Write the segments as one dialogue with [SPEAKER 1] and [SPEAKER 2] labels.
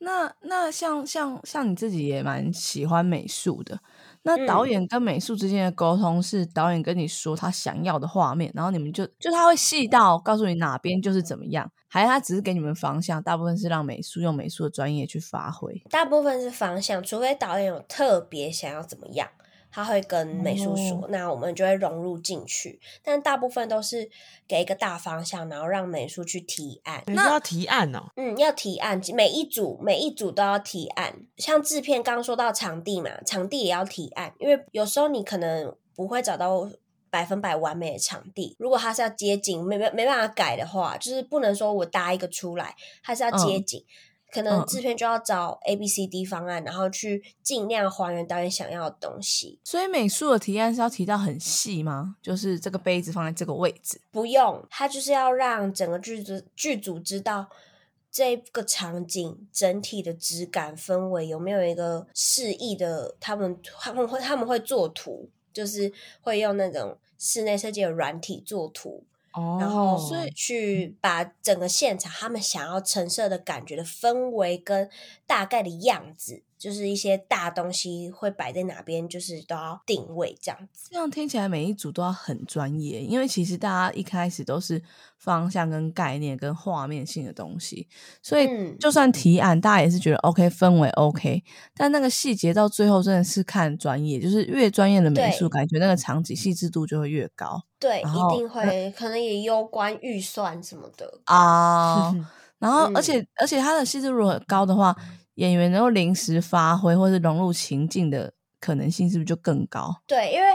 [SPEAKER 1] 那那像像像你自己也蛮喜欢美术的，那导
[SPEAKER 2] 嗯。
[SPEAKER 1] 演跟美术之间的沟通是导演跟你说他想要的画面，然后你们就就他会细到告诉你哪边就是怎么样，还是他只是给你们方向，大部分是让美术用美术的专业去发挥？
[SPEAKER 2] 大部分是方向，除非导演有特别想要怎么样，他会跟美术
[SPEAKER 1] 哦，
[SPEAKER 2] 说，那我们就会融入进去。但大部分都是给一个大方向，然后让美术去提案。
[SPEAKER 3] 等于说
[SPEAKER 2] 那
[SPEAKER 3] 要提案哦，
[SPEAKER 2] 嗯，要提案，每一组每一组都要提案。像制片刚说到场地嘛，场地也要提案，因为有时候你可能不会找到百分百完美的场地。如果它是要街景，没没没办法改的话，就是不能说我搭一个出来，它是要街
[SPEAKER 1] 嗯
[SPEAKER 2] 景，可能制
[SPEAKER 1] 嗯，
[SPEAKER 2] 片就要找 A、B、C、D 方案，然后去尽量还原导演想要的东西。
[SPEAKER 1] 所以美术的提案是要提到很细吗？就是这个杯子放在这个位置。
[SPEAKER 2] 不用，他就是要让整个剧组剧组知道这个场景整体的质感氛围有没有一个示意的，他们他们会他们会做图，就是会用那种室内设计的软体做图，然后
[SPEAKER 1] 所
[SPEAKER 3] 哦，
[SPEAKER 1] 以
[SPEAKER 2] 去把整个现场他们想要陈设的感觉的氛围跟大概的样子，就是一些大东西会摆在哪边，就是都要定位这样子。
[SPEAKER 1] 这样听起来每一组都要很专业，因为其实大家一开始都是方向跟概念跟画面性的东西，所以
[SPEAKER 2] 嗯，
[SPEAKER 1] 就算提案，大家也是觉得 OK 氛围 OK，但那个细节到最后真的是看专业，就是越专业的美术，
[SPEAKER 2] 对。
[SPEAKER 1] 感觉那个场景细致度就会越高，
[SPEAKER 2] 对，
[SPEAKER 1] 然
[SPEAKER 2] 一
[SPEAKER 1] 后
[SPEAKER 2] 定
[SPEAKER 1] 那
[SPEAKER 2] 会，可能也攸关预算什么的。
[SPEAKER 1] 啊、 然后而
[SPEAKER 2] 哦嗯，
[SPEAKER 1] 且而且它的细致度如果高的话，演员能够临时发挥或是融入情境的可能性是不是就更高？
[SPEAKER 2] 对，因为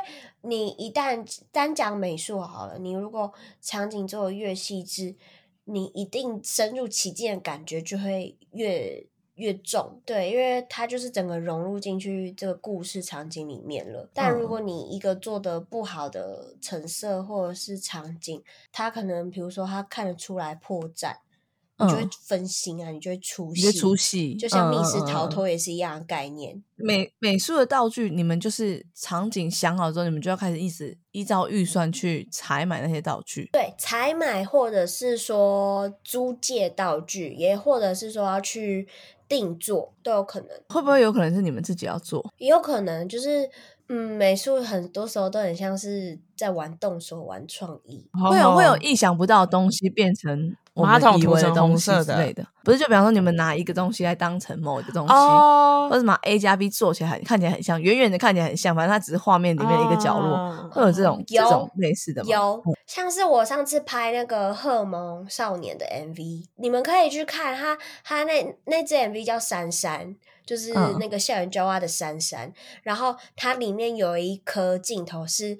[SPEAKER 2] 你一旦单讲美术好了，你如果场景做的越细致，你一定深入其境的感觉就会越越重。对，因为它就是整个融入进去这个故事场景里面了。但
[SPEAKER 1] 嗯，
[SPEAKER 2] 如果你一个做的不好的成色或者是场景，它可能比如说它看得出来破绽，你就会
[SPEAKER 1] 嗯，
[SPEAKER 2] 分心啊，你就会出
[SPEAKER 1] 你觉得出
[SPEAKER 2] 戏。
[SPEAKER 1] 戏？
[SPEAKER 2] 就
[SPEAKER 1] 嗯
[SPEAKER 2] 像密
[SPEAKER 1] 嗯
[SPEAKER 2] 室
[SPEAKER 1] 嗯
[SPEAKER 2] 逃
[SPEAKER 1] 嗯。
[SPEAKER 2] 脱也是一样的概念。
[SPEAKER 1] 美美术的道具，你们就是场景想好之后，你们就要开始一直依照预算去采买那些道具。
[SPEAKER 2] 对，采买或者是说租借道具，也或者是说要去定做，都有可能。
[SPEAKER 1] 会不会有可能是你们自己要做？
[SPEAKER 2] 也有可能就是，嗯，美术很多时候都很像是在玩动手、玩创意。
[SPEAKER 1] 会有会有
[SPEAKER 3] 哦，
[SPEAKER 1] 意想不到的东西变成我
[SPEAKER 3] 马
[SPEAKER 1] 们
[SPEAKER 3] 桶
[SPEAKER 1] 以
[SPEAKER 3] 涂
[SPEAKER 1] 为的
[SPEAKER 3] 成
[SPEAKER 1] 东
[SPEAKER 3] 红
[SPEAKER 1] 西
[SPEAKER 3] 色
[SPEAKER 1] 之类
[SPEAKER 3] 的
[SPEAKER 1] 的，不是？就比方说你们拿一个东西来当成某一个东西，或
[SPEAKER 3] 哦
[SPEAKER 1] 者把 A 加 B 做起来很看起来很像，远远的看起来很像，反正它只是画面里面的一个角落，
[SPEAKER 3] 哦，
[SPEAKER 1] 会有这
[SPEAKER 2] 哦，
[SPEAKER 1] 种这种
[SPEAKER 2] 有
[SPEAKER 1] 类似的吗？嗯
[SPEAKER 2] 有，像是我上次拍那个荷尔蒙少年的 MV，你们可以去看他，他那那支 MV 叫珊珊，就是
[SPEAKER 1] 嗯
[SPEAKER 2] 那个校园交啊蛙的珊珊。然后它里面有一颗镜头是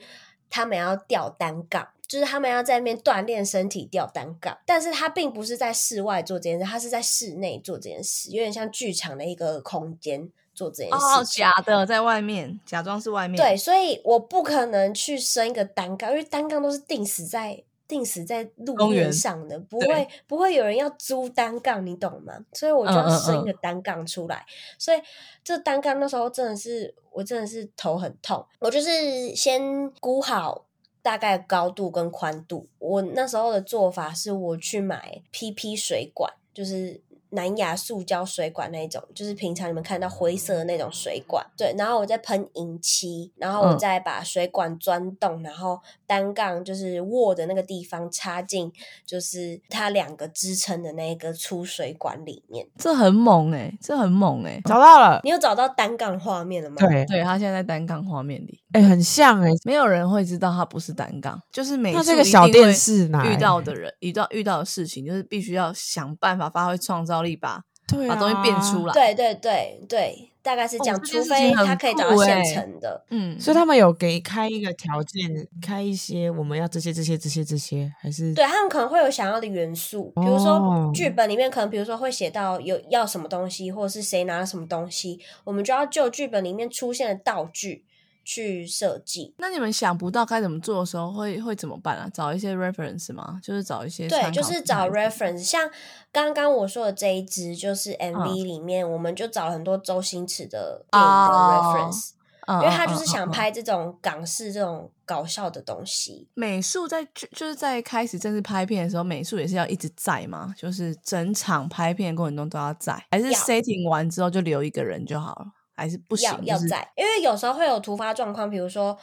[SPEAKER 2] 他们要吊单杠。就是他们要在那边锻炼身体吊单杠，但是他并不是在室外做这件事，他是在室内做这件事，有点像剧场的一个空间做这件事
[SPEAKER 1] 哦，
[SPEAKER 2] 情。
[SPEAKER 1] 假的，在外面假装是外面，
[SPEAKER 2] 对，所以我不可能去升一个单杠，因为单杠都是定死在定死在路
[SPEAKER 1] 公
[SPEAKER 2] 面
[SPEAKER 1] 园，
[SPEAKER 2] 上的，不会
[SPEAKER 1] 对，
[SPEAKER 2] 不会有人要租单杠，你懂吗？所以我
[SPEAKER 1] 嗯
[SPEAKER 2] 就要
[SPEAKER 1] 嗯
[SPEAKER 2] 升
[SPEAKER 1] 嗯，
[SPEAKER 2] 一个单杠出来，所以这单杠那时候真的是我真的是头很痛，我就是先估好。大概高度跟宽度，我那时候的做法是我去买 PP 水管，就是蓝牙塑胶水管那一种，就是平常你们看到灰色的那种水管。对，然后我再喷银漆，然后我
[SPEAKER 1] 嗯
[SPEAKER 2] 再把水管钻洞，然后单杠就是握的那个地方插进，就是它两个支撑的那个出水管里面。
[SPEAKER 1] 这很猛哎、这很猛哎、
[SPEAKER 3] 找到了，
[SPEAKER 2] 你有找到单杠画面了吗？
[SPEAKER 3] 对，
[SPEAKER 1] 对他现在在单杠画面里，
[SPEAKER 3] 哎，很像哎，
[SPEAKER 1] 没有人会知道它不是单杠，就是美
[SPEAKER 3] 它是一个
[SPEAKER 1] 术一
[SPEAKER 3] 小
[SPEAKER 1] 定
[SPEAKER 3] 电
[SPEAKER 1] 会
[SPEAKER 3] 视呢，
[SPEAKER 1] 遇
[SPEAKER 3] 哎
[SPEAKER 1] 到的人，遇到遇到的事情，就是必须要想办法发挥创造力把，
[SPEAKER 3] 对
[SPEAKER 1] 把东西变出来。
[SPEAKER 3] 啊，
[SPEAKER 2] 对对对对，大概是这
[SPEAKER 1] 哦，
[SPEAKER 2] 样。
[SPEAKER 1] 这件
[SPEAKER 2] 除
[SPEAKER 1] 事情
[SPEAKER 2] 非他
[SPEAKER 1] 很
[SPEAKER 2] 可以找到
[SPEAKER 1] 酷哎、
[SPEAKER 2] 现成的，
[SPEAKER 3] 所
[SPEAKER 1] 嗯，
[SPEAKER 3] 以他们有给开一个条件，开一些我们要这些这些这些这些，还是
[SPEAKER 2] 对，他们可能会有想要的元素，比如说
[SPEAKER 3] 哦，
[SPEAKER 2] 剧本里面可能，比如说会写到有要什么东西，或者是谁拿了什么东西，我们就要就剧本里面出现的道具去设计。
[SPEAKER 1] 那你们想不到该怎么做的时候会，会怎么办啊？找一些 reference 吗？就是找一些
[SPEAKER 2] 对，
[SPEAKER 1] 参
[SPEAKER 2] 就
[SPEAKER 1] 考
[SPEAKER 2] 是
[SPEAKER 1] 资料嗯
[SPEAKER 2] 找
[SPEAKER 1] 还是什么？
[SPEAKER 2] reference，像刚刚我说的这一支，就是 MV
[SPEAKER 1] 嗯
[SPEAKER 2] 里面，我们就找了很多周星驰的电影当
[SPEAKER 1] 啊因
[SPEAKER 2] reference。因为他
[SPEAKER 1] 嗯
[SPEAKER 2] 就是想拍这种港式这种搞笑的东西。
[SPEAKER 1] 美术在就就是在开始正式拍片的时候，美术也是要一直在嘛，就是整场拍片的过程中都要在，还是
[SPEAKER 2] 要
[SPEAKER 1] setting 完之后就留一个人就好了，还是不行
[SPEAKER 2] 要？要
[SPEAKER 1] 就是
[SPEAKER 2] 在，因为有时候会有突发状况，比如说，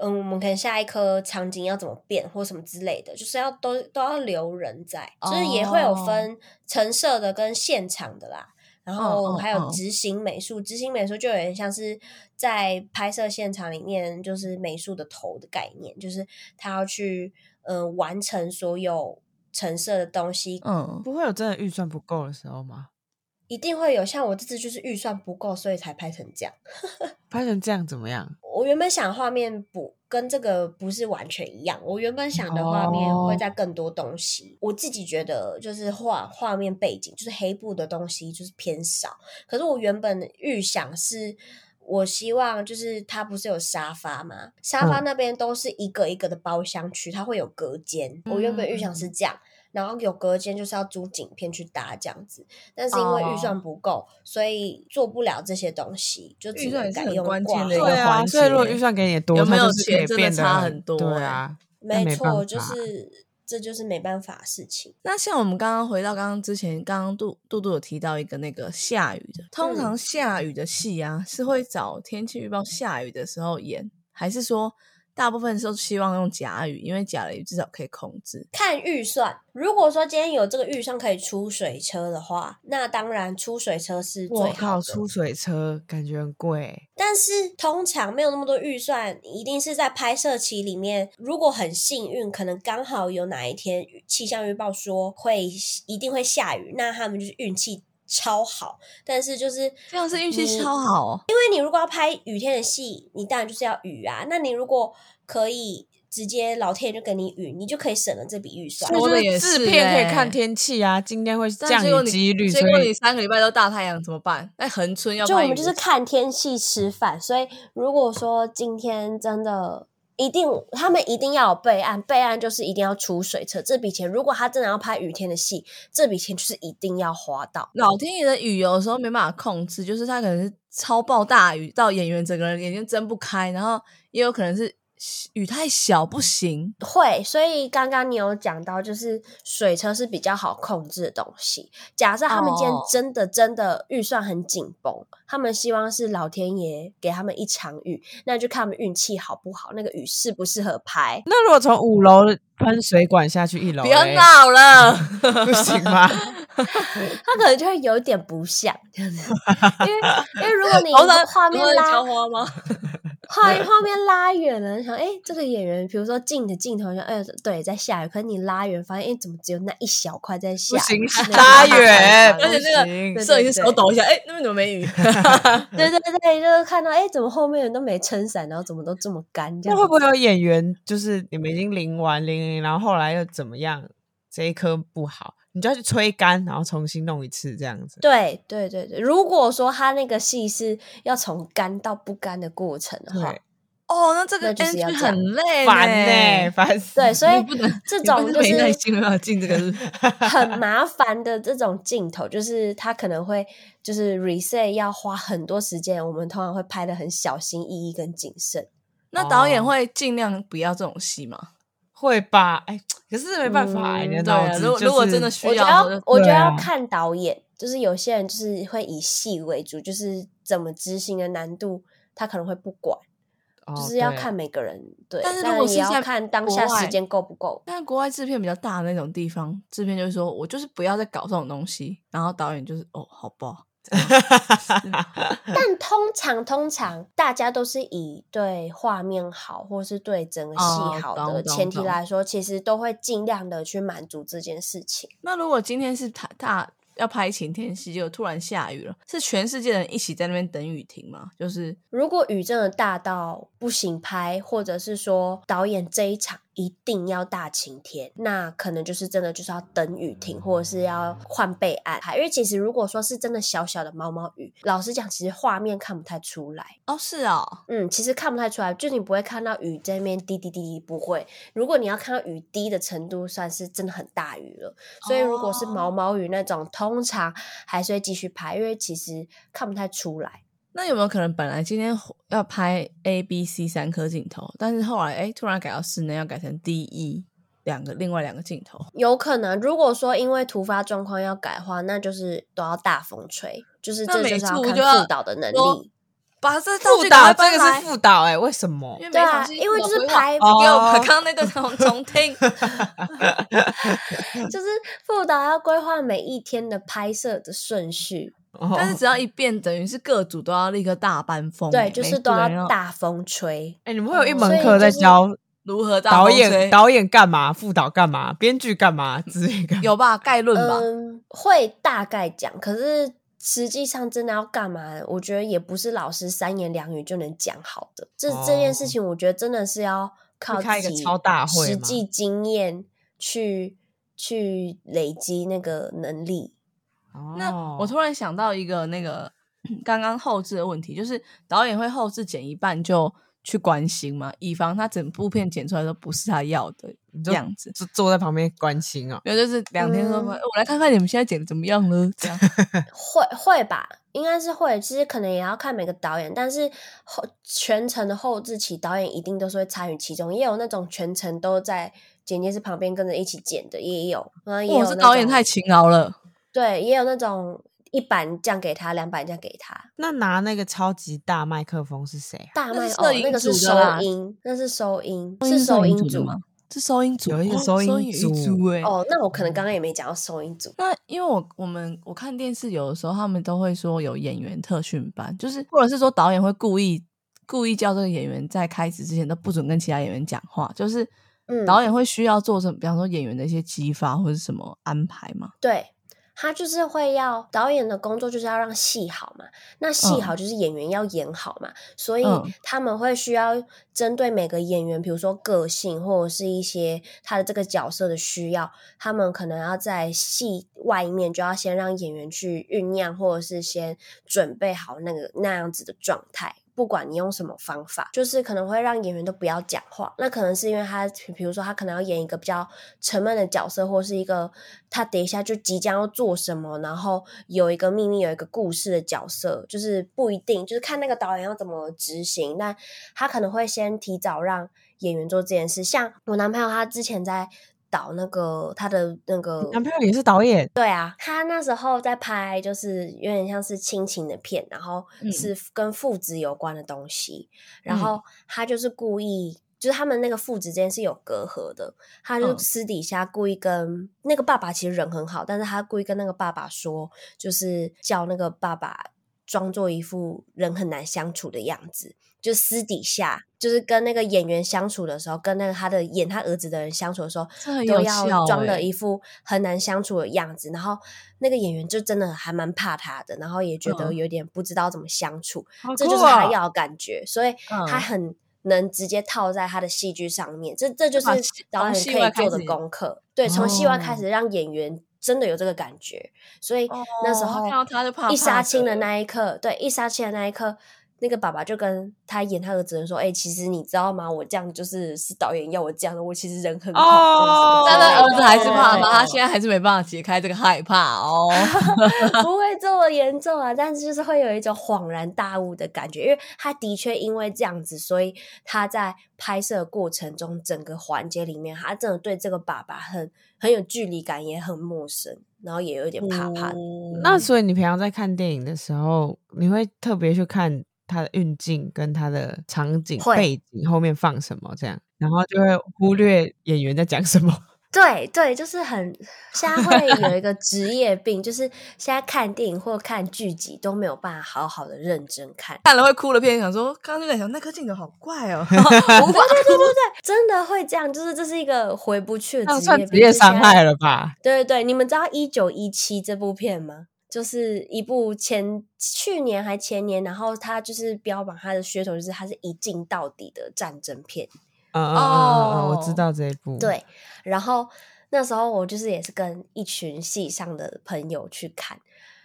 [SPEAKER 2] 嗯，我们可能下一颗场景要怎么变或什么之类的，就是要都都要留人在，就是也会有
[SPEAKER 1] 哦
[SPEAKER 2] 分陈设的跟现场的啦。然
[SPEAKER 1] 嗯
[SPEAKER 2] 后
[SPEAKER 1] 嗯
[SPEAKER 2] 还
[SPEAKER 1] 嗯
[SPEAKER 2] 有执行美术，执行美术就有点像是在拍摄现场里面，就是美术的头的概念，就是他要去嗯、呃完成所有陈设的东西，
[SPEAKER 1] 嗯，
[SPEAKER 3] 不会有真的预算不够的时候吗？
[SPEAKER 2] 一定会有。像我这次就是预算不够，所以才拍成这样。
[SPEAKER 3] 拍成这样怎么样？
[SPEAKER 2] 我原本想画面不跟这个不是完全一样，我原本想的画面
[SPEAKER 3] 哦
[SPEAKER 2] 会在更多东西。我自己觉得就是画画面背景就是黑布的东西就是偏少，可是我原本预想是。我希望就是它不是有沙发吗？沙
[SPEAKER 1] 嗯
[SPEAKER 2] 发那边都是一个一个的包厢区，它会有隔间。我原本预想
[SPEAKER 1] 嗯
[SPEAKER 2] 是这样，然后有隔间就是要租景片去搭这样子，但是因为
[SPEAKER 1] 哦
[SPEAKER 2] 预算不够，所以做不了这些东西，就只
[SPEAKER 1] 预算
[SPEAKER 2] 能
[SPEAKER 1] 也是
[SPEAKER 2] 改
[SPEAKER 1] 很
[SPEAKER 2] 用
[SPEAKER 1] 关
[SPEAKER 2] 挂
[SPEAKER 1] 键的一个
[SPEAKER 2] 画
[SPEAKER 3] 对啊，
[SPEAKER 1] 环
[SPEAKER 3] 所以如果
[SPEAKER 1] 节
[SPEAKER 3] 预算给你多，
[SPEAKER 1] 有没
[SPEAKER 3] 它
[SPEAKER 1] 有
[SPEAKER 3] 就是可以
[SPEAKER 1] 钱真的
[SPEAKER 3] 变得
[SPEAKER 1] 差很多
[SPEAKER 3] 对
[SPEAKER 1] 欸
[SPEAKER 3] 啊，那
[SPEAKER 2] 没
[SPEAKER 3] 没办
[SPEAKER 2] 错，就
[SPEAKER 3] 法
[SPEAKER 2] 是这就是没办法的事情。
[SPEAKER 1] 那像我们刚刚回到刚刚之前，刚刚杜杜杜有提到一个那个下雨的，通
[SPEAKER 3] 嗯
[SPEAKER 1] 常下雨的戏啊、是会找天气预报下雨的时候演，还是说大部分时候希望用假雨，因为假的雨至少可以控制。
[SPEAKER 2] 看预算，如果说今天有这个预算可以出水车的话，那当然出水车是
[SPEAKER 3] 我
[SPEAKER 2] 最好
[SPEAKER 3] 靠，
[SPEAKER 2] 的。
[SPEAKER 3] 出水车感觉很贵，
[SPEAKER 2] 但是通常没有那么多预算，一定是在拍摄期里面，如果很幸运，可能刚好有哪一天气象预报说会一定会下雨，那他们就是运气超好。但是就是
[SPEAKER 1] 这样是运气
[SPEAKER 2] 你
[SPEAKER 1] 超好哦，
[SPEAKER 2] 因为你如果要拍雨天的戏，你当然就是要雨啊。那你如果可以直接老天爷就给你雨，你就可以省了这笔预算。
[SPEAKER 1] 说
[SPEAKER 3] 我
[SPEAKER 1] 的
[SPEAKER 3] 的
[SPEAKER 1] 也
[SPEAKER 3] 制
[SPEAKER 1] 是
[SPEAKER 3] 片可
[SPEAKER 1] 欸
[SPEAKER 3] 以看天气啊，今天会
[SPEAKER 1] 但
[SPEAKER 3] 降
[SPEAKER 1] 结果
[SPEAKER 3] 雨
[SPEAKER 1] 你
[SPEAKER 3] 几率，
[SPEAKER 1] 结
[SPEAKER 3] 所
[SPEAKER 1] 果
[SPEAKER 3] 以
[SPEAKER 1] 你三个礼拜都大太阳怎么办？那恒春要
[SPEAKER 2] 就我
[SPEAKER 1] 拍雨
[SPEAKER 2] 们
[SPEAKER 1] 的
[SPEAKER 2] 就是看天气吃饭，所以如果说今天真的一定，他们一定要有备案，备案就是一定要出水车这笔钱。如果他真的要拍雨天的戏，这笔钱就是一定要花到。
[SPEAKER 1] 老天爷的雨有的时候没办法控制，就是他可能是超暴大雨到演员整个人眼睛睁不开，然后也有可能是雨太小不行，
[SPEAKER 2] 会，所以刚刚你有讲到，就是水车是比较好控制的东西。假设他们今天
[SPEAKER 1] 哦
[SPEAKER 2] 真的真的预算很紧绷他们希望是老天爷给他们一场雨，那就看他们运气好不好，那个雨适不适合拍。
[SPEAKER 3] 那如果从五楼喷水管下去一楼
[SPEAKER 1] 不
[SPEAKER 3] 嘞，
[SPEAKER 1] 要闹了，
[SPEAKER 2] 哎
[SPEAKER 3] 不行 吗？
[SPEAKER 2] 他可能就会有点不像，这样子因 为因为如果你
[SPEAKER 1] 头上
[SPEAKER 2] 画面拉
[SPEAKER 1] 浇花吗？
[SPEAKER 2] 画画面拉远了，想哎、诶这个演员，比如说近的镜头，想哎、对，在下雨，可是你拉远发现，哎、怎么只有那一小块在下
[SPEAKER 3] 不
[SPEAKER 2] 雨？
[SPEAKER 3] 行
[SPEAKER 2] 那，个
[SPEAKER 3] 拉
[SPEAKER 2] 就不
[SPEAKER 3] 远，
[SPEAKER 1] 而 且那
[SPEAKER 3] 不
[SPEAKER 1] 个
[SPEAKER 3] 行
[SPEAKER 1] 摄影师手抖一下，哎、那边怎么没雨？
[SPEAKER 2] 对对对，就是看到哎，诶怎么后面人都没撑伞，然后怎么都这么干，这
[SPEAKER 3] 那
[SPEAKER 2] 样
[SPEAKER 3] 会不会有演员就是你们已经淋完淋淋，然后后来又怎么样？这一颗不好，你就要去吹干，然后重新弄一次这样子。
[SPEAKER 2] 对对对对，如果说他那个戏是要从干到不干的过程的话
[SPEAKER 3] 对，
[SPEAKER 1] 哦，那这个
[SPEAKER 2] 那就是要
[SPEAKER 1] NG
[SPEAKER 2] 这样
[SPEAKER 1] 很累，
[SPEAKER 3] 烦呢，。烦死！
[SPEAKER 2] 对，所
[SPEAKER 1] 你
[SPEAKER 2] 以
[SPEAKER 1] 不能
[SPEAKER 2] 这
[SPEAKER 1] 你不
[SPEAKER 2] 种
[SPEAKER 1] 是
[SPEAKER 2] 就
[SPEAKER 1] 没耐
[SPEAKER 2] 是
[SPEAKER 1] 心没办法进这个是不 是
[SPEAKER 2] 很麻烦的这种镜头，就是他可能会就是 reset 要花很多时间，我们通常会拍的很小心翼翼跟谨慎。
[SPEAKER 1] 那导演
[SPEAKER 3] 哦
[SPEAKER 1] 会尽量不要这种戏嘛？
[SPEAKER 3] 会吧？哎，可是没办法，哎
[SPEAKER 2] 嗯
[SPEAKER 3] 你的
[SPEAKER 1] 对
[SPEAKER 3] 脑
[SPEAKER 1] 啊，
[SPEAKER 3] 子
[SPEAKER 1] 如果
[SPEAKER 3] 就
[SPEAKER 1] 如果
[SPEAKER 3] 是
[SPEAKER 1] 真的需
[SPEAKER 2] 我觉
[SPEAKER 1] 要
[SPEAKER 2] 得
[SPEAKER 1] 的话
[SPEAKER 2] 要
[SPEAKER 1] 就，
[SPEAKER 2] 我觉得
[SPEAKER 3] 对
[SPEAKER 2] 要
[SPEAKER 3] 啊
[SPEAKER 2] 看导演，就是有些人就是会以戏为主，就是怎么执行的难度，他可能会不管。
[SPEAKER 3] 哦
[SPEAKER 2] 就是要
[SPEAKER 3] 对
[SPEAKER 2] 看每个人，对，
[SPEAKER 1] 但是如
[SPEAKER 2] 当然
[SPEAKER 1] 果
[SPEAKER 2] 也
[SPEAKER 1] 是
[SPEAKER 2] 要
[SPEAKER 1] 在
[SPEAKER 2] 看当
[SPEAKER 1] 国
[SPEAKER 2] 下时
[SPEAKER 1] 外
[SPEAKER 2] 间够不 够。
[SPEAKER 1] 但国外制片比较大的那种地方，制片就是说我就是不要再搞这种东西，然后导演就是哦，好吧，
[SPEAKER 2] 但通常通常大家都是以对画面好，或是对整个戏
[SPEAKER 1] 哦
[SPEAKER 2] 好
[SPEAKER 1] 懂
[SPEAKER 2] 的
[SPEAKER 1] 懂
[SPEAKER 2] 前提
[SPEAKER 1] 懂
[SPEAKER 2] 来说，其实都会尽量的去满足这件事情。
[SPEAKER 1] 那如果今天是他大要拍晴天戏，结果突然下雨了，是全世界人一起在那边等雨停吗？就是
[SPEAKER 2] 如果雨真的大到不行拍，或者是说导演这一场一定要大晴天，那可能就是真的就是要等雨停，或者是要换备案拍。因为其实如果说是真的小小的毛毛雨，老实讲，其实画面看不太出来。
[SPEAKER 1] 哦，是哦，
[SPEAKER 2] 嗯，其实看不太出来，就你不会看到雨在那边滴滴滴滴，不会。如果你要看到雨滴的程度，算是真的很大雨了。所以如果
[SPEAKER 1] 哦
[SPEAKER 2] 是毛毛雨那种，通常还是会继续拍，因为其实看不太出来。
[SPEAKER 1] 那有没有可能本来今天要拍 A、B、C 三颗镜头，但是后来哎、诶突然改到室内，要改成 D、E 两个另外两个镜头？
[SPEAKER 2] 有可能，如果说因为突发状况要改的话，那就是都要大风吹，就是
[SPEAKER 1] 那
[SPEAKER 2] 这
[SPEAKER 1] 每
[SPEAKER 2] 就是
[SPEAKER 1] 次我
[SPEAKER 2] 看
[SPEAKER 1] 就要
[SPEAKER 2] 副导的能
[SPEAKER 1] 说
[SPEAKER 2] 力。
[SPEAKER 1] 把这道
[SPEAKER 3] 副
[SPEAKER 1] 具赶
[SPEAKER 3] 导
[SPEAKER 1] 快搬
[SPEAKER 3] 这个
[SPEAKER 1] 来
[SPEAKER 3] 是副导哎、为什么
[SPEAKER 1] 因？为
[SPEAKER 2] 对
[SPEAKER 1] 没
[SPEAKER 2] 啊
[SPEAKER 1] 场，戏
[SPEAKER 2] 因为
[SPEAKER 1] 我
[SPEAKER 2] 就是
[SPEAKER 1] 回
[SPEAKER 2] 拍
[SPEAKER 1] 我给我
[SPEAKER 3] 哦
[SPEAKER 1] 刚刚那段重重 听，
[SPEAKER 2] 就是副导要规划每一天的拍摄的顺序，
[SPEAKER 3] 哦
[SPEAKER 1] 但是只要一变，等于是各组都要立刻大搬风欸，
[SPEAKER 2] 对，就
[SPEAKER 1] 每
[SPEAKER 2] 是
[SPEAKER 1] 组
[SPEAKER 2] 都
[SPEAKER 1] 人
[SPEAKER 2] 要大风吹。
[SPEAKER 3] 哎、你们会有一
[SPEAKER 1] 哦
[SPEAKER 3] 门
[SPEAKER 2] 所以
[SPEAKER 3] 课在
[SPEAKER 2] 就是
[SPEAKER 3] 教
[SPEAKER 1] 如何大
[SPEAKER 3] 导
[SPEAKER 1] 风
[SPEAKER 3] 演
[SPEAKER 1] 吹
[SPEAKER 3] 导演干嘛，副导干嘛，编剧干嘛之类的。
[SPEAKER 1] 有吧？概论吧，
[SPEAKER 2] 嗯，会大概讲，可是实际上真的要干嘛，我觉得也不是老师三言两语就能讲好的。这、这件事
[SPEAKER 3] 哦
[SPEAKER 2] 情，我觉得真的是要靠
[SPEAKER 3] 开一
[SPEAKER 2] 自
[SPEAKER 3] 个
[SPEAKER 2] 己
[SPEAKER 3] 超大会
[SPEAKER 2] 实
[SPEAKER 3] 吗
[SPEAKER 2] 际经验去去累积那个能力。
[SPEAKER 1] 那我
[SPEAKER 3] 哦
[SPEAKER 1] 突然想到一个那个刚刚后置的问题，就是导演会后置剪一半就去关心嘛，以防他整部片剪出来都不是他要的
[SPEAKER 3] 就
[SPEAKER 1] 样子。
[SPEAKER 3] 就坐在旁边关心哦。
[SPEAKER 1] 没有，就是两天说、
[SPEAKER 2] 嗯
[SPEAKER 1] 哎我来看看你们现在剪的怎么样了，这样
[SPEAKER 2] 会会吧，应该是会。其实可能也要看每个导演，但是后全程的后置期，导演一定都是会参与其中。也有那种全程都在剪接师旁边跟着一起剪的，也有。然后也有
[SPEAKER 1] 哇，
[SPEAKER 2] 那
[SPEAKER 1] 这
[SPEAKER 2] 种
[SPEAKER 1] 导演太勤劳了。
[SPEAKER 2] 对，也有那种一板这样给他，两板这样给他。
[SPEAKER 3] 那拿那个超级大麦克风是谁啊？
[SPEAKER 2] 大
[SPEAKER 1] 那
[SPEAKER 2] 麦
[SPEAKER 1] 是摄
[SPEAKER 2] 哦，
[SPEAKER 1] 影
[SPEAKER 2] 那个是
[SPEAKER 1] 组的
[SPEAKER 2] 收
[SPEAKER 1] 啦
[SPEAKER 2] 音，那是收音，
[SPEAKER 1] 音
[SPEAKER 2] 是
[SPEAKER 1] 是
[SPEAKER 2] 收
[SPEAKER 1] 你
[SPEAKER 2] 音
[SPEAKER 1] 组的
[SPEAKER 2] 组
[SPEAKER 1] 吗。是收音组，
[SPEAKER 3] 有一个
[SPEAKER 1] 哦
[SPEAKER 3] 收音
[SPEAKER 1] 音
[SPEAKER 3] 组
[SPEAKER 1] 组哎、
[SPEAKER 2] 哦，那我可能刚刚也没讲到收音组。
[SPEAKER 1] 那因为我我们我看电视有的时候他们都会说有演员特训班，就是或者是说导演会故意故意叫这个演员在开始之前都不准跟其他演员讲话，就是
[SPEAKER 2] 嗯
[SPEAKER 1] 导演会需要做成，比方说演员的一些激发或者是什么安排嘛。
[SPEAKER 2] 对，他就是会要导演的工作就是要让戏好嘛，那戏
[SPEAKER 1] 嗯
[SPEAKER 2] 好就是演员要演好嘛，所以
[SPEAKER 1] 嗯
[SPEAKER 2] 他们会需要针对每个演员，比如说个性或者是一些他的这个角色的需要，他们可能要在戏外面就要先让演员去酝酿，或者是先准备好那个那样子的状态。不管你用什么方法，就是可能会让演员都不要讲话。那可能是因为他，比比如说他可能要演一个比较沉闷的角色，或是一个他等一下就即将要做什么，然后有一个秘密、有一个故事的角色，就是不一定，就是看那个导演要怎么执行。但他可能会先提早让演员做这件事。像我男朋友，他之前在导那个他的那个
[SPEAKER 3] 男朋友也是导演，
[SPEAKER 2] 呃对啊，他那时候在拍，就是有点像是亲情的片，然后
[SPEAKER 1] 嗯
[SPEAKER 2] 是跟父子有关的东西。然
[SPEAKER 1] 嗯
[SPEAKER 2] 后他就是故意，就是他们那个父子之间是有隔阂的，他就
[SPEAKER 1] 嗯
[SPEAKER 2] 私底下故意跟那个爸爸，其实人很好，但是他故意跟那个爸爸说，就是叫那个爸爸装作一副人很难相处的样子，就私底下就是跟那个演员相处的时候，跟那个他的演他儿子的人相处的时候，
[SPEAKER 1] 这很
[SPEAKER 2] 都
[SPEAKER 1] 有
[SPEAKER 2] 要
[SPEAKER 1] 效
[SPEAKER 2] 装
[SPEAKER 1] 欸
[SPEAKER 2] 的一副很难相处的样子，然后那个演员就真的还蛮怕他的，然后也觉得
[SPEAKER 1] 嗯
[SPEAKER 2] 有点不知道怎么相处，
[SPEAKER 3] 好
[SPEAKER 2] 这就是
[SPEAKER 3] 酷哦
[SPEAKER 2] 他要的感觉，所以
[SPEAKER 1] 嗯
[SPEAKER 2] 他很能直接套在他的戏剧上面，这这就是
[SPEAKER 1] 把戏
[SPEAKER 2] 导
[SPEAKER 1] 从
[SPEAKER 2] 演
[SPEAKER 1] 戏
[SPEAKER 2] 可
[SPEAKER 1] 外
[SPEAKER 2] 以
[SPEAKER 1] 开
[SPEAKER 2] 做的
[SPEAKER 1] 始哦
[SPEAKER 2] 功课，对，从戏外开始让演员真的有这个感觉，所以那时
[SPEAKER 1] 哦他
[SPEAKER 2] 候
[SPEAKER 1] 看到他就怕怕
[SPEAKER 2] 一杀
[SPEAKER 1] 的
[SPEAKER 2] 青的那一刻，对，一杀青的那一刻。那个爸爸就跟他演他儿子的说：“哎、其实你知道吗？我这样就是是导演要我这样的，我其实人很好。
[SPEAKER 3] 哦
[SPEAKER 1] 但
[SPEAKER 2] 真
[SPEAKER 1] 他
[SPEAKER 2] 的
[SPEAKER 1] 儿子还是怕
[SPEAKER 3] 对
[SPEAKER 1] 他，他现在还是没办法解开这个害怕哦。
[SPEAKER 2] 不会这么严重啊，但是就是会有一种恍然大悟的感觉，因为他的确因为这样子，所以他在拍摄的过程中整个环节里面，他真的对这个爸爸很很有距离感，也很陌生，然后 也有一点怕
[SPEAKER 1] 哦
[SPEAKER 2] 怕的。
[SPEAKER 3] 那所以你平常在看电影的时候，你会特别去看它的运镜跟它的场景
[SPEAKER 2] 会
[SPEAKER 3] 背景后面放什么这样，然后就会忽略演员在讲什么。
[SPEAKER 2] 对对，就是很现在会有一个职业病，就是现在看电影或看剧集都没有办法好好的认真看。
[SPEAKER 1] 看了会哭的片，想说刚刚就在想那颗镜头好怪 哦，无法
[SPEAKER 2] 真的会这样，就是这是一个回不去的
[SPEAKER 3] 那
[SPEAKER 2] 职
[SPEAKER 3] 算
[SPEAKER 2] 业
[SPEAKER 3] 职业伤害
[SPEAKER 2] 了。
[SPEAKER 3] 了吧？
[SPEAKER 2] 对对对，你们知道《一九一七》这部片吗？就是一部前去年还前年，然后它就是标榜它的噱头就是它是一镜到底的战争片。
[SPEAKER 3] 嗯嗯嗯嗯，我知
[SPEAKER 1] 哦
[SPEAKER 3] 道这一部。，
[SPEAKER 2] 哦对，然后那时候我就是也是跟一群系上的朋友去看，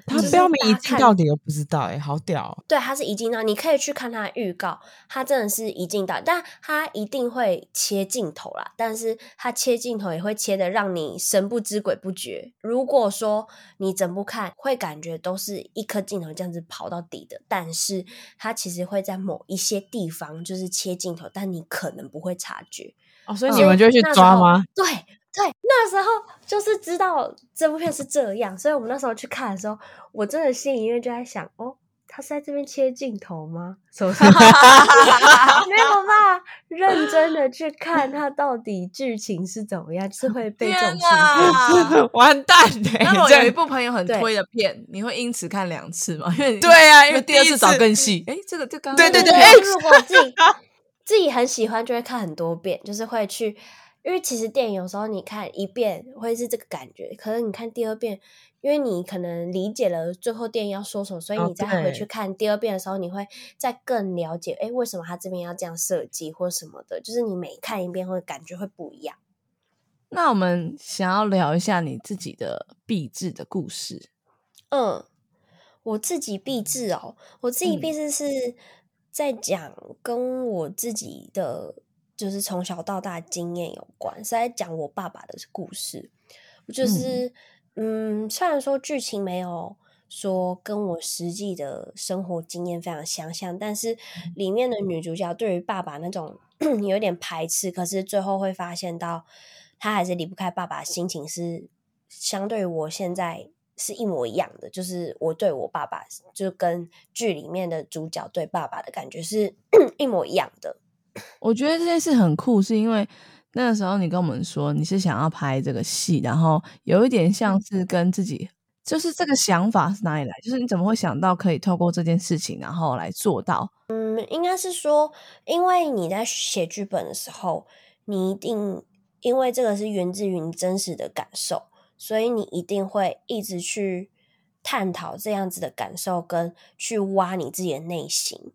[SPEAKER 3] 它
[SPEAKER 2] 只是
[SPEAKER 3] 标明一
[SPEAKER 2] 大家
[SPEAKER 3] 镜
[SPEAKER 2] 看
[SPEAKER 3] 到底又不知道哎、好屌哦、
[SPEAKER 2] 对，它是一镜到，你可以去看它的预告，它真的是一镜到，但它一定会切镜头啦。但是它切镜头也会切的让你神不知鬼不觉。如果说你整部看，会感觉都是一颗镜头这样子跑到底的，但是它其实会在某一些地方就是切镜头，但你可能不会察觉。
[SPEAKER 3] 哦，所以
[SPEAKER 1] 嗯
[SPEAKER 3] 你们就会去
[SPEAKER 2] 那时
[SPEAKER 3] 抓
[SPEAKER 2] 候
[SPEAKER 3] 吗？
[SPEAKER 2] 对对，那时候就是知道这部片是这样，所以我们那时候去看的时候，我真的心里面就在想，哦，他是在这边切镜头吗？ 什么什么没有吧？认真的去看他到底剧情是怎么样，就是会被这种
[SPEAKER 1] 天
[SPEAKER 2] 情况。
[SPEAKER 1] 哪！
[SPEAKER 3] 完蛋哎、
[SPEAKER 1] 那如果
[SPEAKER 3] 这
[SPEAKER 1] 有
[SPEAKER 3] 样
[SPEAKER 1] 一部朋友很
[SPEAKER 2] 对
[SPEAKER 1] 推的片，你会因此看两次吗？因为你
[SPEAKER 3] 对啊，
[SPEAKER 1] 因
[SPEAKER 3] 因为
[SPEAKER 1] 为第二次找
[SPEAKER 3] 找
[SPEAKER 1] 更 细。哎，这个这刚
[SPEAKER 3] 对对对哎
[SPEAKER 2] 对，如果自己自己很喜欢，就会看很多遍，就是会去。因为其实电影有时候你看一遍会是这个感觉，可是你看第二遍，因为你可能理解了最后电影要说什么，所以
[SPEAKER 3] 哦
[SPEAKER 2] 你再回
[SPEAKER 3] 对
[SPEAKER 2] 去看第二遍的时候，你会再更了解，哎，为什么他这边要这样设计或什么的，就是你每看一遍会感觉会不一样。
[SPEAKER 1] 那我们想要聊一下你自己的壁纸的故事。
[SPEAKER 2] 嗯，我自己壁纸哦，我自己
[SPEAKER 1] 嗯
[SPEAKER 2] 壁纸是在讲跟我自己的就是从小到大经验有关，是在讲我爸爸的故事。我就是嗯虽然说剧情没有说跟我实际的生活经验非常相像，但是里面的女主角对于爸爸那种 有点排斥，可是最后会发现到她还是离不开爸爸，心情是相对于我现在是一模一样的，就是我对我爸爸，就跟剧里面的主角对爸爸的感觉是 一模一样的。
[SPEAKER 1] 我觉得这件事很酷，是因为那个时候你跟我们说你是想要拍这个戏，然后有一点像是跟自己，就是这个想法是哪里来？就是你怎么会想到可以透过这件事情，然后来做到？
[SPEAKER 2] 嗯，应该是说，因为你在写剧本的时候，你一定因为这个是源自于你真实的感受，所以你一定会一直去探讨这样子的感受，跟去挖你自己的内心。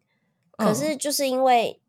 [SPEAKER 2] 可
[SPEAKER 1] 嗯
[SPEAKER 2] 是就是因为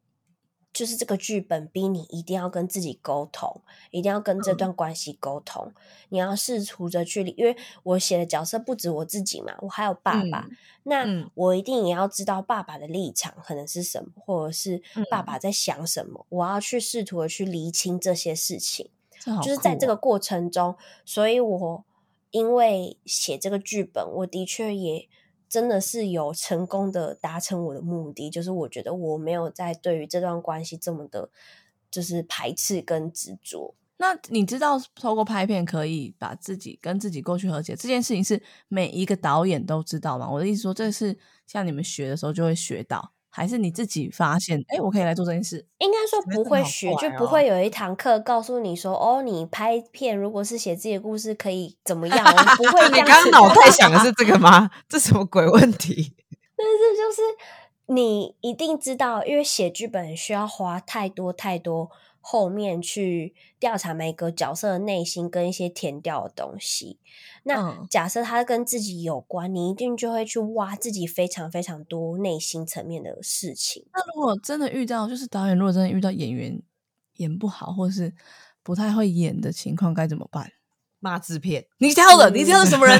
[SPEAKER 2] 就是这个剧本逼你一定要跟自己沟通，一定要跟
[SPEAKER 1] 嗯
[SPEAKER 2] 这段关系沟通，你要试图着去理，因为我写的角色不止我自己嘛，我还有爸爸，
[SPEAKER 1] 嗯嗯
[SPEAKER 2] 那我一定也要知道爸爸的立场可能是什么，或者是爸
[SPEAKER 1] 嗯
[SPEAKER 2] 爸在想什么，我要去试图的去厘清这些事情。
[SPEAKER 1] 这好酷哦、
[SPEAKER 2] 就是在这个过程中，所以我因为写这个剧本，我的确也真的是有成功的达成我的目的，就是我觉得我没有在对于这段关系这么的，就是排斥跟执着。
[SPEAKER 1] 那你知道透过拍片可以把自己跟自己过去和解这件事情是每一个导演都知道吗？我的意思说，这是像你们学的时候就会学到，还是你自己发现？哎、我可以来做这件事。
[SPEAKER 2] 应该说
[SPEAKER 3] 觉得
[SPEAKER 2] 不
[SPEAKER 3] 这
[SPEAKER 2] 会
[SPEAKER 3] 好
[SPEAKER 2] 学，
[SPEAKER 3] 怪
[SPEAKER 2] 就不
[SPEAKER 3] 哦
[SPEAKER 2] 会有一堂课告诉你说，哦，你拍片如果是写自己的故事可以怎么样，我们不会这
[SPEAKER 3] 你
[SPEAKER 2] 样
[SPEAKER 3] 刚
[SPEAKER 2] 子
[SPEAKER 3] 刚脑
[SPEAKER 2] 的
[SPEAKER 3] 袋想的是这个吗？ 这什么鬼问 题？
[SPEAKER 2] 但是就是你一定知道，因为写剧本需要花太多太多后面去调查每个角色的内心跟一些填掉的东西。那
[SPEAKER 1] 嗯
[SPEAKER 2] 假设它跟自己有关，你一定就会去挖自己非常非常多内心层面的事情。
[SPEAKER 1] 那如果真的遇到，就是导演如果真的遇到演员演不好，或是不太会演的情况，该怎么办？
[SPEAKER 3] 骂制片，
[SPEAKER 1] 你挑的，你挑的什 么人？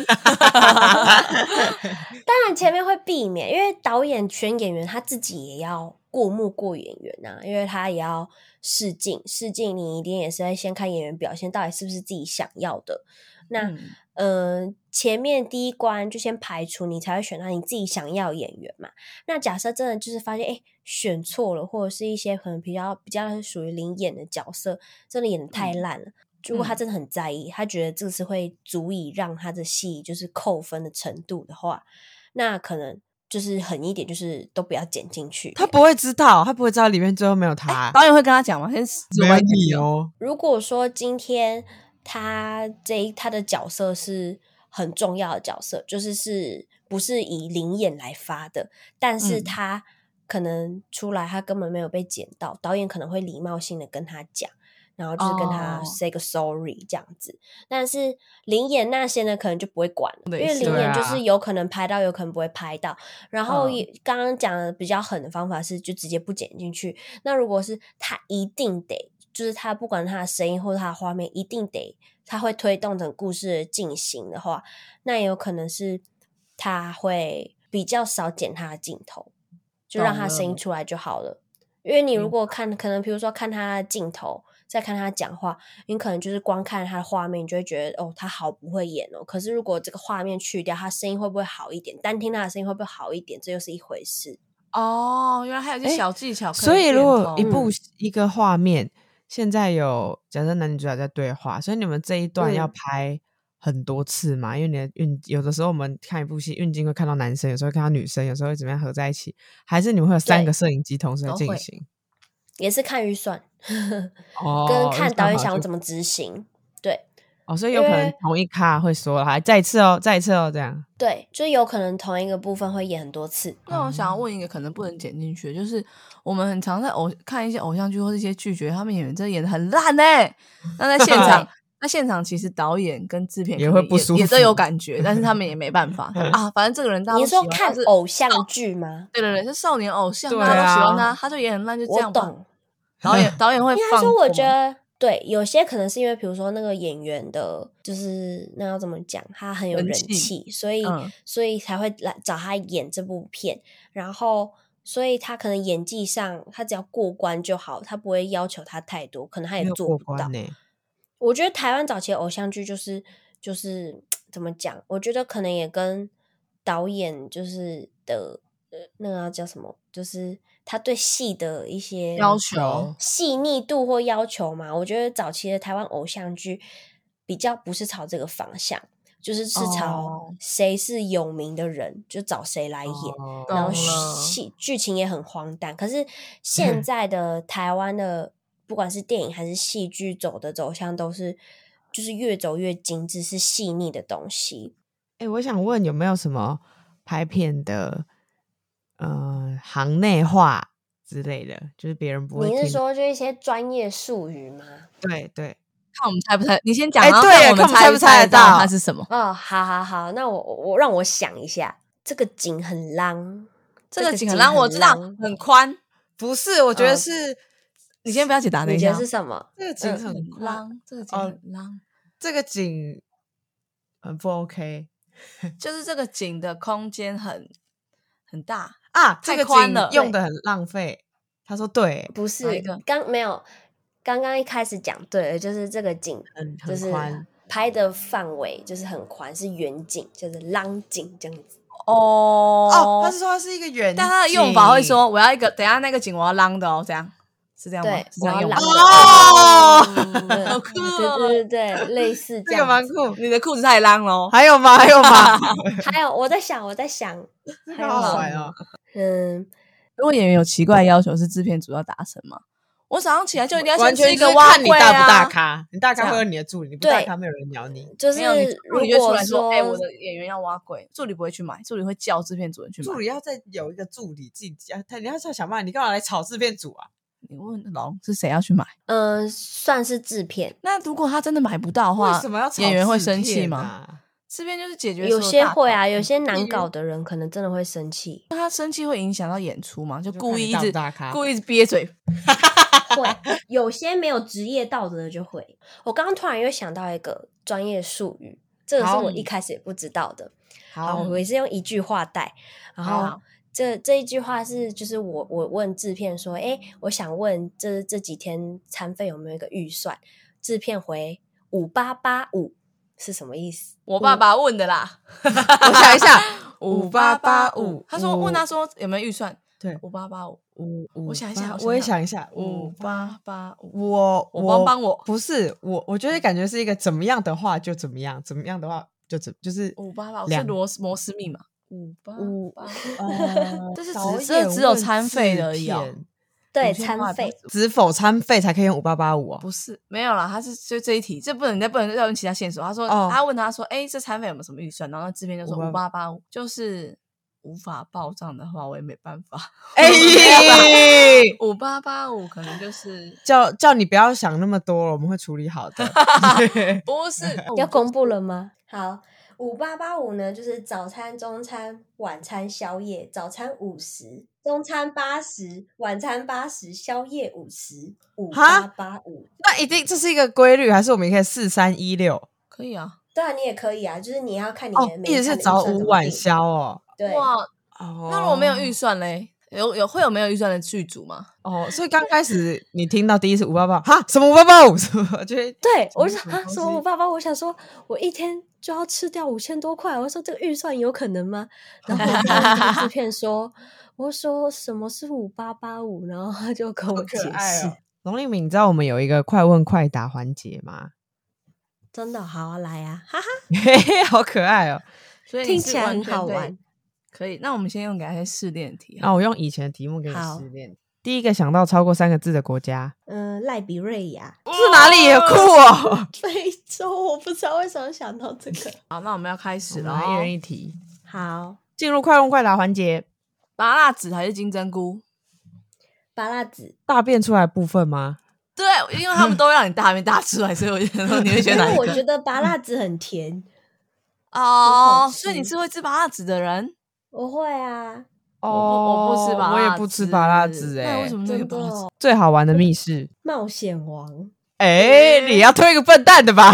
[SPEAKER 2] 当然前面会避免，因为导演选演员他自己也要过目过演员呐、因为他也要试镜，试镜你一定也是会先看演员表现到底是不是自己想要的。那、
[SPEAKER 1] 嗯
[SPEAKER 2] 呃，前面第一关就先排除，你才会选到你自己想要的演员嘛。那假设真的就是发现，哎、选错了，或者是一些可能比较比较属于零演的角色，真的演的太
[SPEAKER 1] 嗯
[SPEAKER 2] 烂了。如果他
[SPEAKER 1] 嗯
[SPEAKER 2] 真的很在意，他觉得这是会足以让他的戏就是扣分的程度的话，那可能就是狠一点，就是都不要剪进去。
[SPEAKER 3] 他不会知道，他不会知道里面最后没有他，
[SPEAKER 1] 导演会跟他讲吗？先死
[SPEAKER 3] 没有
[SPEAKER 1] 歪
[SPEAKER 3] 你哦。
[SPEAKER 2] 如果说今天他这一他的角色是很重要的角色，就是是不是以灵眼来发的，但是
[SPEAKER 1] 嗯
[SPEAKER 2] 他可能出来他根本没有被捡到，导演可能会礼貌性的跟他讲。然后就是跟他
[SPEAKER 1] 哦
[SPEAKER 2] say 个 sorry 这样子，但是灵眼那些呢，可能就不会管了，因
[SPEAKER 1] 对
[SPEAKER 2] 为
[SPEAKER 1] 是
[SPEAKER 2] 灵眼就
[SPEAKER 3] 啊
[SPEAKER 2] 是有可能拍到，有可能不会拍到。然后
[SPEAKER 1] 嗯
[SPEAKER 2] 也刚刚讲的比较狠的方法是，就直接不剪进去，那如果是他一定得，就是他不管他的声音或者他的画面，一定得他会推动整个故事的进行的话，那也有可能是他会比较少剪他的镜头，就让他
[SPEAKER 3] 懂了
[SPEAKER 2] 声音出来就好了。因为你如
[SPEAKER 3] 嗯
[SPEAKER 2] 果看，可能比如说看他的镜头，再看他讲话，你可能就是光看他的画面，你就会觉得哦，他好不会演哦。可是如果这个画面去掉，他声音会不会好一点？单听他的声音会不会好一点？这又是一回事。
[SPEAKER 1] 哦，原来还有一些
[SPEAKER 3] 诶
[SPEAKER 1] 小技巧可
[SPEAKER 3] 所以
[SPEAKER 1] 变
[SPEAKER 3] 如果
[SPEAKER 1] 通
[SPEAKER 3] 一部一个画面，现在有假设男女主角在对话，所以你们这一段要
[SPEAKER 2] 嗯
[SPEAKER 3] 拍很多次嘛？因为你的运有的时候我们看一部戏，运镜会看到男生，有时候会看到女生，有时候会怎么样合在一起，还是你们会有三
[SPEAKER 2] 对
[SPEAKER 3] 个摄影机同时
[SPEAKER 1] 都
[SPEAKER 3] 进
[SPEAKER 1] 会
[SPEAKER 3] 行？
[SPEAKER 2] 也是看预算，
[SPEAKER 3] 哦
[SPEAKER 2] 跟看导演想要
[SPEAKER 3] 要
[SPEAKER 2] 怎么执行。对，
[SPEAKER 3] 哦，所以有可
[SPEAKER 2] 因
[SPEAKER 3] 能
[SPEAKER 2] 为
[SPEAKER 3] 同一卡会说，还再一次哦，再一次哦，这样。
[SPEAKER 2] 对，就有可能同一个部分会演很多次。
[SPEAKER 1] 那我
[SPEAKER 3] 哦
[SPEAKER 1] 想要问一个可能不能剪进去的，就是我们很常在偶看一些偶像剧或是一些剧觉得他们演员真的演的很烂呢、欸那在现 场，那现场其实导演跟制片
[SPEAKER 3] 也
[SPEAKER 1] 可
[SPEAKER 3] 会
[SPEAKER 1] 能
[SPEAKER 3] 不舒
[SPEAKER 1] 也都有
[SPEAKER 3] 服
[SPEAKER 1] 感觉，但是他们也没办 法啊。反正这个人大家
[SPEAKER 2] 你
[SPEAKER 1] 都喜
[SPEAKER 2] 是说
[SPEAKER 1] 欢，
[SPEAKER 2] 看
[SPEAKER 1] 但是哦
[SPEAKER 2] 偶像剧吗？
[SPEAKER 1] 对对对，是少年偶像，
[SPEAKER 3] 对
[SPEAKER 1] 大家都喜欢
[SPEAKER 3] 啊
[SPEAKER 1] 他，他就演很烂，就这
[SPEAKER 2] 我
[SPEAKER 1] 样吧。
[SPEAKER 2] 懂，
[SPEAKER 1] 导 演导演会
[SPEAKER 2] 因为他
[SPEAKER 1] 放
[SPEAKER 2] 说，我
[SPEAKER 1] 过
[SPEAKER 2] 觉
[SPEAKER 1] 吗
[SPEAKER 2] 得对，有些可能是因为，比如说那个演员的，就是那要怎么讲，他很有
[SPEAKER 1] 人
[SPEAKER 2] 人
[SPEAKER 1] 气
[SPEAKER 2] 气，所以、
[SPEAKER 1] 嗯
[SPEAKER 2] 所以才会来找他演这部片，然后。所以他可能演技上，他只要过关就好，他不会要求他太多，可能他
[SPEAKER 3] 没
[SPEAKER 2] 也
[SPEAKER 3] 有
[SPEAKER 2] 做
[SPEAKER 3] 过
[SPEAKER 2] 不到
[SPEAKER 3] 关。呢、
[SPEAKER 2] 我觉得台湾早期的偶像剧就是就是怎么讲？我觉得可能也跟导演就是的呃那个叫什么，就是他对戏的一些
[SPEAKER 1] 要求，
[SPEAKER 2] 细腻度或要求嘛。我觉得早期的台湾偶像剧比较不是朝这个方向，就是是朝
[SPEAKER 1] 哦
[SPEAKER 2] 谁是有名的人，就找谁来演。
[SPEAKER 3] 哦
[SPEAKER 2] 然后
[SPEAKER 1] 懂了
[SPEAKER 2] 戏剧情也很荒诞。可是现在的台湾的，不管是电影还是戏剧，走的走向都是就是越走越精致，是细腻的东西。
[SPEAKER 3] 哎、我想问有没有什么拍片的，呃，行内话之类的，就是别人不会
[SPEAKER 2] 你
[SPEAKER 3] 听。
[SPEAKER 2] 是说就一些专业术语吗？
[SPEAKER 3] 对对，
[SPEAKER 1] 看我们猜不猜？你先讲，
[SPEAKER 3] 哎
[SPEAKER 1] 然后
[SPEAKER 3] 对耶
[SPEAKER 1] 我们
[SPEAKER 3] 看我们猜
[SPEAKER 1] 不
[SPEAKER 3] 不
[SPEAKER 1] 猜
[SPEAKER 3] 猜
[SPEAKER 1] 得
[SPEAKER 3] 得
[SPEAKER 1] 到
[SPEAKER 3] 到
[SPEAKER 1] 它是什么？
[SPEAKER 2] 哦，好好好，那我我我让我想一下，这个景很浪，
[SPEAKER 1] 这
[SPEAKER 2] 这
[SPEAKER 1] 个
[SPEAKER 2] 个
[SPEAKER 1] 井
[SPEAKER 2] 井
[SPEAKER 1] 很烂，我
[SPEAKER 2] 很
[SPEAKER 1] 知道
[SPEAKER 2] 浪
[SPEAKER 1] 很宽。
[SPEAKER 3] 不是，我觉得
[SPEAKER 1] 嗯
[SPEAKER 3] 是、
[SPEAKER 1] 你先不要解答，等
[SPEAKER 2] 你
[SPEAKER 1] 一
[SPEAKER 2] 觉
[SPEAKER 1] 下
[SPEAKER 2] 得
[SPEAKER 1] 哦。
[SPEAKER 2] 是什么？
[SPEAKER 3] 这个景
[SPEAKER 2] 哦嗯
[SPEAKER 3] 很
[SPEAKER 1] 很
[SPEAKER 3] 宽，
[SPEAKER 1] 浪，这个井
[SPEAKER 3] 呃哦
[SPEAKER 1] 很浪。
[SPEAKER 3] 这个景很不 OK
[SPEAKER 1] 就是这个景的空间很很大，
[SPEAKER 3] 啊，
[SPEAKER 1] 太
[SPEAKER 3] 这个
[SPEAKER 1] 宽
[SPEAKER 3] 景
[SPEAKER 1] 了
[SPEAKER 3] 用的很浪费。他说对，
[SPEAKER 2] 不
[SPEAKER 1] 哪一
[SPEAKER 2] 是
[SPEAKER 1] 个，
[SPEAKER 2] 刚没有，刚刚一开始讲对了，就是这个景
[SPEAKER 3] 很
[SPEAKER 2] 就
[SPEAKER 3] 很
[SPEAKER 2] 是
[SPEAKER 3] 宽。
[SPEAKER 2] 拍的范围就是很宽，是远景，就是浪景这样子。
[SPEAKER 1] 哦
[SPEAKER 3] 哦，他是说它是一个圆景，
[SPEAKER 1] 但他的用法会说我要一个，等一下那个景我要浪的哦，这样是这样吗
[SPEAKER 2] 对？
[SPEAKER 1] 是这样用吗
[SPEAKER 2] 我要浪
[SPEAKER 3] 哦，
[SPEAKER 2] 对
[SPEAKER 1] 好酷哦
[SPEAKER 2] 对对对对，类似这
[SPEAKER 3] 这个
[SPEAKER 2] 样
[SPEAKER 3] 蛮
[SPEAKER 2] 子。
[SPEAKER 3] 酷。
[SPEAKER 1] 你的裤子太浪 喽，
[SPEAKER 3] 还有吗？还有吗？
[SPEAKER 2] 还有我在想，我在想，还有
[SPEAKER 3] 好好
[SPEAKER 2] 什
[SPEAKER 3] 玩
[SPEAKER 2] 么？
[SPEAKER 3] 哦！
[SPEAKER 2] 嗯，
[SPEAKER 1] 如果演员有奇怪要求，是制片组要达成吗？我早上起来就一定要
[SPEAKER 3] 完
[SPEAKER 1] 先
[SPEAKER 3] 全
[SPEAKER 1] 吃一个
[SPEAKER 3] 就是
[SPEAKER 1] 蛙
[SPEAKER 3] 看你
[SPEAKER 1] 贵
[SPEAKER 3] 大不大
[SPEAKER 1] 啊！
[SPEAKER 3] 咖，你大
[SPEAKER 1] 这
[SPEAKER 3] 咖
[SPEAKER 1] 样
[SPEAKER 3] 会有你的助理，你不
[SPEAKER 2] 对
[SPEAKER 3] 大咖没有人鸟你。
[SPEAKER 2] 就是
[SPEAKER 1] 没有你，助理就
[SPEAKER 2] 如
[SPEAKER 1] 出
[SPEAKER 2] 果
[SPEAKER 1] 来说：“哎、我
[SPEAKER 2] 说
[SPEAKER 1] 的演员要挖鬼。”助理不会去买，助理会叫制片主任去买
[SPEAKER 3] 助。理要再有一个助理自己加，他你要再想办法，你干嘛来炒制片组啊？
[SPEAKER 1] 你问老公是谁要去买？
[SPEAKER 2] 嗯，算是制片，
[SPEAKER 1] 那如果他真的买不到的话，
[SPEAKER 3] 为什么要炒、啊
[SPEAKER 1] 演员会生气吗？？这边就是解决
[SPEAKER 2] 有
[SPEAKER 1] 所
[SPEAKER 2] 些
[SPEAKER 1] 大嗯
[SPEAKER 2] 会
[SPEAKER 1] 考
[SPEAKER 2] 啊，有
[SPEAKER 1] 验，
[SPEAKER 2] 些难搞的人可能真的会生气
[SPEAKER 1] 他生气会影响到演出嘛？就
[SPEAKER 3] 就
[SPEAKER 1] 故
[SPEAKER 3] 看
[SPEAKER 1] 意
[SPEAKER 3] 你
[SPEAKER 1] 一
[SPEAKER 3] 大不
[SPEAKER 1] 直
[SPEAKER 3] 大咖
[SPEAKER 1] 故意一直憋嘴。
[SPEAKER 2] 会有些没有职业道德的就会。我刚刚突然又想到一个专业术语，这个是
[SPEAKER 3] 好
[SPEAKER 2] 我一开始也不知道的。好，
[SPEAKER 3] 好，
[SPEAKER 1] 哦
[SPEAKER 2] 我也是用一句话带，然后
[SPEAKER 1] 好
[SPEAKER 2] 这这一句话是就是我我问制片说，哎，我想问这这几天餐费有没有一个预算？制片回五八八五是什么意思？
[SPEAKER 1] 我爸爸问的啦，
[SPEAKER 3] 我想一下，
[SPEAKER 1] 5885他说问他说有没有预算？
[SPEAKER 3] 对
[SPEAKER 1] 五八八五
[SPEAKER 3] 五五，
[SPEAKER 1] 嗯我想一下我
[SPEAKER 3] 八
[SPEAKER 1] 想一下
[SPEAKER 3] 我也想一下，
[SPEAKER 1] 五
[SPEAKER 3] 五
[SPEAKER 1] 八八五，
[SPEAKER 3] 我
[SPEAKER 1] 我帮帮我
[SPEAKER 3] 不是我，我觉得感觉是一个怎么样的话就怎么样，怎么样的话就怎就是
[SPEAKER 1] 五八八五是
[SPEAKER 3] 两
[SPEAKER 1] 罗斯摩斯密码。五八
[SPEAKER 2] 五
[SPEAKER 1] 八，
[SPEAKER 3] 呃
[SPEAKER 1] 这是只
[SPEAKER 3] 导
[SPEAKER 1] 这
[SPEAKER 3] 演
[SPEAKER 1] 只有
[SPEAKER 3] 问
[SPEAKER 1] 餐费
[SPEAKER 3] 制
[SPEAKER 1] 而已哦
[SPEAKER 3] 片
[SPEAKER 2] 对，
[SPEAKER 1] 有些话
[SPEAKER 2] 餐
[SPEAKER 1] 不是
[SPEAKER 2] 费
[SPEAKER 3] 只否餐费才可以用五八八五哦。
[SPEAKER 1] 不是没有啦，他是就这一题，这不能再不能再问其他线索。他说
[SPEAKER 3] 哦
[SPEAKER 1] 他问他说，哎，这餐费有没有什么预算？然后那制片就说五八
[SPEAKER 3] 588
[SPEAKER 1] 八五，就是无法报账的话，我也没办法。
[SPEAKER 3] 哎，
[SPEAKER 1] 五八八五可能就是
[SPEAKER 3] 叫叫你不要想那么多了，我们会处理好的。
[SPEAKER 1] 不是
[SPEAKER 2] 要公布了吗？好，五八八五呢，就是早餐、中餐、晚餐、宵夜。早餐五十，中餐八十，晚餐八十，宵夜五十，五八
[SPEAKER 3] 哈
[SPEAKER 2] 八五。
[SPEAKER 3] 那一定这是一个规律，还是我们也可以四三一六？
[SPEAKER 1] 可以啊，
[SPEAKER 2] 对啊，你也可以啊，就是你要看你
[SPEAKER 3] 哦
[SPEAKER 2] 的，每
[SPEAKER 3] 一
[SPEAKER 2] 餐
[SPEAKER 3] 直是
[SPEAKER 2] 的预
[SPEAKER 3] 早
[SPEAKER 2] 算
[SPEAKER 3] 午
[SPEAKER 2] 怎么
[SPEAKER 3] 晚
[SPEAKER 2] 定
[SPEAKER 3] 宵哦。
[SPEAKER 2] 对，
[SPEAKER 1] 哇，
[SPEAKER 3] 哦，
[SPEAKER 1] 那如果没 有预算嘞，有有会有没有预算的剧组吗？
[SPEAKER 3] 哦，所以刚开始你听到第一次五八八，哈，什么五八 八，什么就会
[SPEAKER 2] 对，我就
[SPEAKER 3] 什
[SPEAKER 2] 说
[SPEAKER 3] 么
[SPEAKER 2] 啊，
[SPEAKER 3] 东
[SPEAKER 2] 什么
[SPEAKER 3] 西
[SPEAKER 2] 我爸爸，我想说，我一天就要吃掉五千多块，我说这个预算有可能吗？然后我就跟 制片说，我说什么是五八八五，然后他就跟我解
[SPEAKER 1] 哦
[SPEAKER 2] 释，
[SPEAKER 3] 哦龙丽敏，你知道我们有一个快问快答环节吗？
[SPEAKER 2] 真的好啊，来啊，哈哈，
[SPEAKER 3] 嘿嘿，好可爱哦！
[SPEAKER 1] 所以你
[SPEAKER 2] 听
[SPEAKER 1] 是
[SPEAKER 2] 起来
[SPEAKER 1] 完
[SPEAKER 2] 很
[SPEAKER 1] 全
[SPEAKER 2] 好
[SPEAKER 1] 可以
[SPEAKER 2] 玩。
[SPEAKER 1] 可以，那我们先用给他一些试炼题啊。
[SPEAKER 3] 那我用以前的题目给你
[SPEAKER 2] 好
[SPEAKER 3] 试炼。第一个想到超过三个字的国家
[SPEAKER 2] 嗯，赖比瑞亚，
[SPEAKER 3] 是哪里？酷 哦！
[SPEAKER 2] 非洲，我不知道为什么想到 这个。
[SPEAKER 1] 好，那我们要开始了
[SPEAKER 3] 然后一
[SPEAKER 1] 哦。
[SPEAKER 3] 人一题，
[SPEAKER 2] 好，
[SPEAKER 3] 进入快问快答环节。
[SPEAKER 1] 麻辣子还是金针菇？
[SPEAKER 2] 巴拉子，
[SPEAKER 3] 大便出来部分吗？
[SPEAKER 1] 对，因为他们都让你大便大出来，所以我觉得你会选
[SPEAKER 2] 因
[SPEAKER 1] 哪
[SPEAKER 2] 为
[SPEAKER 1] 一
[SPEAKER 2] 我
[SPEAKER 1] 个？嗯
[SPEAKER 2] 觉得巴拉子很甜，
[SPEAKER 1] 哦
[SPEAKER 2] 好，吃
[SPEAKER 1] 所以你是会吃麻辣子的人？
[SPEAKER 2] 我会啊，
[SPEAKER 3] 哦
[SPEAKER 1] 我不我不吃麻辣子，
[SPEAKER 3] 我也不吃麻辣子
[SPEAKER 1] 那
[SPEAKER 3] 哎
[SPEAKER 1] 为什。么那个
[SPEAKER 2] 真
[SPEAKER 1] 不
[SPEAKER 2] 的
[SPEAKER 1] 好吃？
[SPEAKER 2] 哦
[SPEAKER 3] 最好玩的密室，
[SPEAKER 2] 冒险 王，
[SPEAKER 3] 哎，你要推个笨蛋的吧？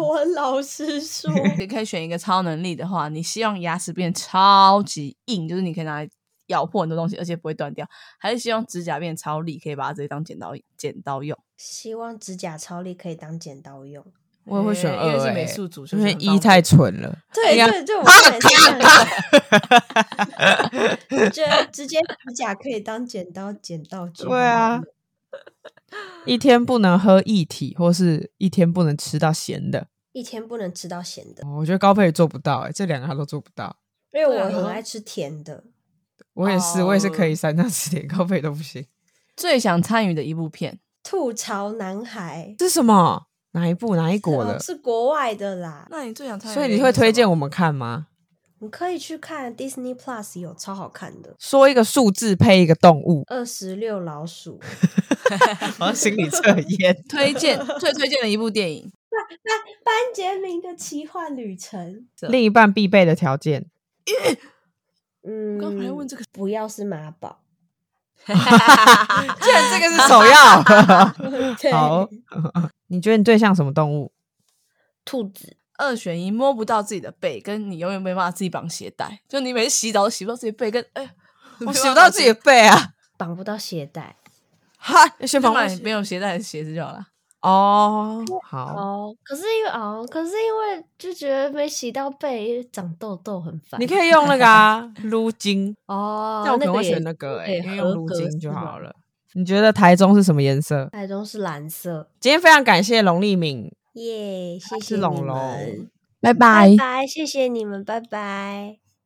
[SPEAKER 2] 我老实说。
[SPEAKER 1] 你可以选一个超能力的话，你希望牙齿变超级硬，就是你可以拿来咬破很多东西，而且不会断掉；还是希望指甲变超利，可以把它直接当剪刀剪刀用？
[SPEAKER 2] 希望指甲超力可以当剪刀用。
[SPEAKER 3] 我也会选
[SPEAKER 1] 哎
[SPEAKER 3] 二，
[SPEAKER 1] 因为是
[SPEAKER 3] 哎
[SPEAKER 1] 美术组，就
[SPEAKER 3] 因为
[SPEAKER 1] 选
[SPEAKER 3] 一
[SPEAKER 1] 到
[SPEAKER 3] 太蠢了。
[SPEAKER 2] 对
[SPEAKER 3] 呀
[SPEAKER 2] 对对，我也是这样想。我觉得直接指甲可以当剪刀，剪刀具。
[SPEAKER 3] 对啊，一天不能喝液体，或是一天不能吃到咸的。
[SPEAKER 2] 一天不能吃到咸的，
[SPEAKER 3] 哦我觉得高佩做不到、欸，这两个他都做不到。
[SPEAKER 2] 因为
[SPEAKER 1] 对啊
[SPEAKER 2] 我
[SPEAKER 1] 可
[SPEAKER 2] 很
[SPEAKER 1] 能
[SPEAKER 2] 爱吃甜的。
[SPEAKER 3] 我也是，
[SPEAKER 1] 哦
[SPEAKER 3] 我也是可以三张吃点，高佩都不行。
[SPEAKER 1] 最想参与的一部片，
[SPEAKER 2] 吐槽男孩
[SPEAKER 3] 这是什么？哪一部？哪一国
[SPEAKER 1] 哦
[SPEAKER 3] 的
[SPEAKER 2] 呃？是国外的啦，
[SPEAKER 1] 那你最想参与？。
[SPEAKER 3] 所以你会推荐？我们看吗？
[SPEAKER 2] 你可以去看 Disney Plus 有超好看的《，
[SPEAKER 3] 说一个数字配一个动物
[SPEAKER 2] 二十六老鼠》。
[SPEAKER 3] 好像哦心理测验
[SPEAKER 1] 推荐最推荐的一部电影，
[SPEAKER 2] 班杰明的奇幻旅程。
[SPEAKER 3] 另一半必备的条件，
[SPEAKER 2] 嗯，
[SPEAKER 1] 刚才问这
[SPEAKER 2] 个，不要是马宝。
[SPEAKER 3] 居然 这 个是首要。
[SPEAKER 2] 对
[SPEAKER 3] 好，哦 你觉得你最像什么动物？
[SPEAKER 2] 兔子。
[SPEAKER 1] 二选一，摸不到自己的背，跟你永远没办法自己绑鞋带，就你每次洗澡都洗不到自己的背，跟哎，
[SPEAKER 3] 我洗不到自己的背啊！
[SPEAKER 2] 绑不到鞋带
[SPEAKER 3] 哈，先
[SPEAKER 1] 就
[SPEAKER 3] 帮
[SPEAKER 1] 买
[SPEAKER 3] 我
[SPEAKER 1] 没有鞋带的鞋子就好了。
[SPEAKER 3] 哦。好，
[SPEAKER 2] 哦，可是因为哦，可是因为就觉得没洗到背长痘痘很烦。
[SPEAKER 3] 你可以用那个啊，撸筋。
[SPEAKER 2] 哦，
[SPEAKER 3] 那我可能会
[SPEAKER 2] 个也
[SPEAKER 3] 选那个、欸，
[SPEAKER 2] 对
[SPEAKER 3] 因为用
[SPEAKER 2] 合
[SPEAKER 3] 撸
[SPEAKER 2] 格
[SPEAKER 3] 筋
[SPEAKER 2] 是
[SPEAKER 3] 就
[SPEAKER 2] 吗
[SPEAKER 3] 好了。你觉得台中是什么颜色？
[SPEAKER 2] 台中是蓝色，
[SPEAKER 3] 今天非常感谢龙丽敏，
[SPEAKER 2] 耶、谢
[SPEAKER 3] 啊是
[SPEAKER 2] 谢
[SPEAKER 3] 龙
[SPEAKER 2] 你
[SPEAKER 3] 龙
[SPEAKER 2] 们，
[SPEAKER 1] 拜拜
[SPEAKER 2] 拜拜，谢谢你们，拜拜。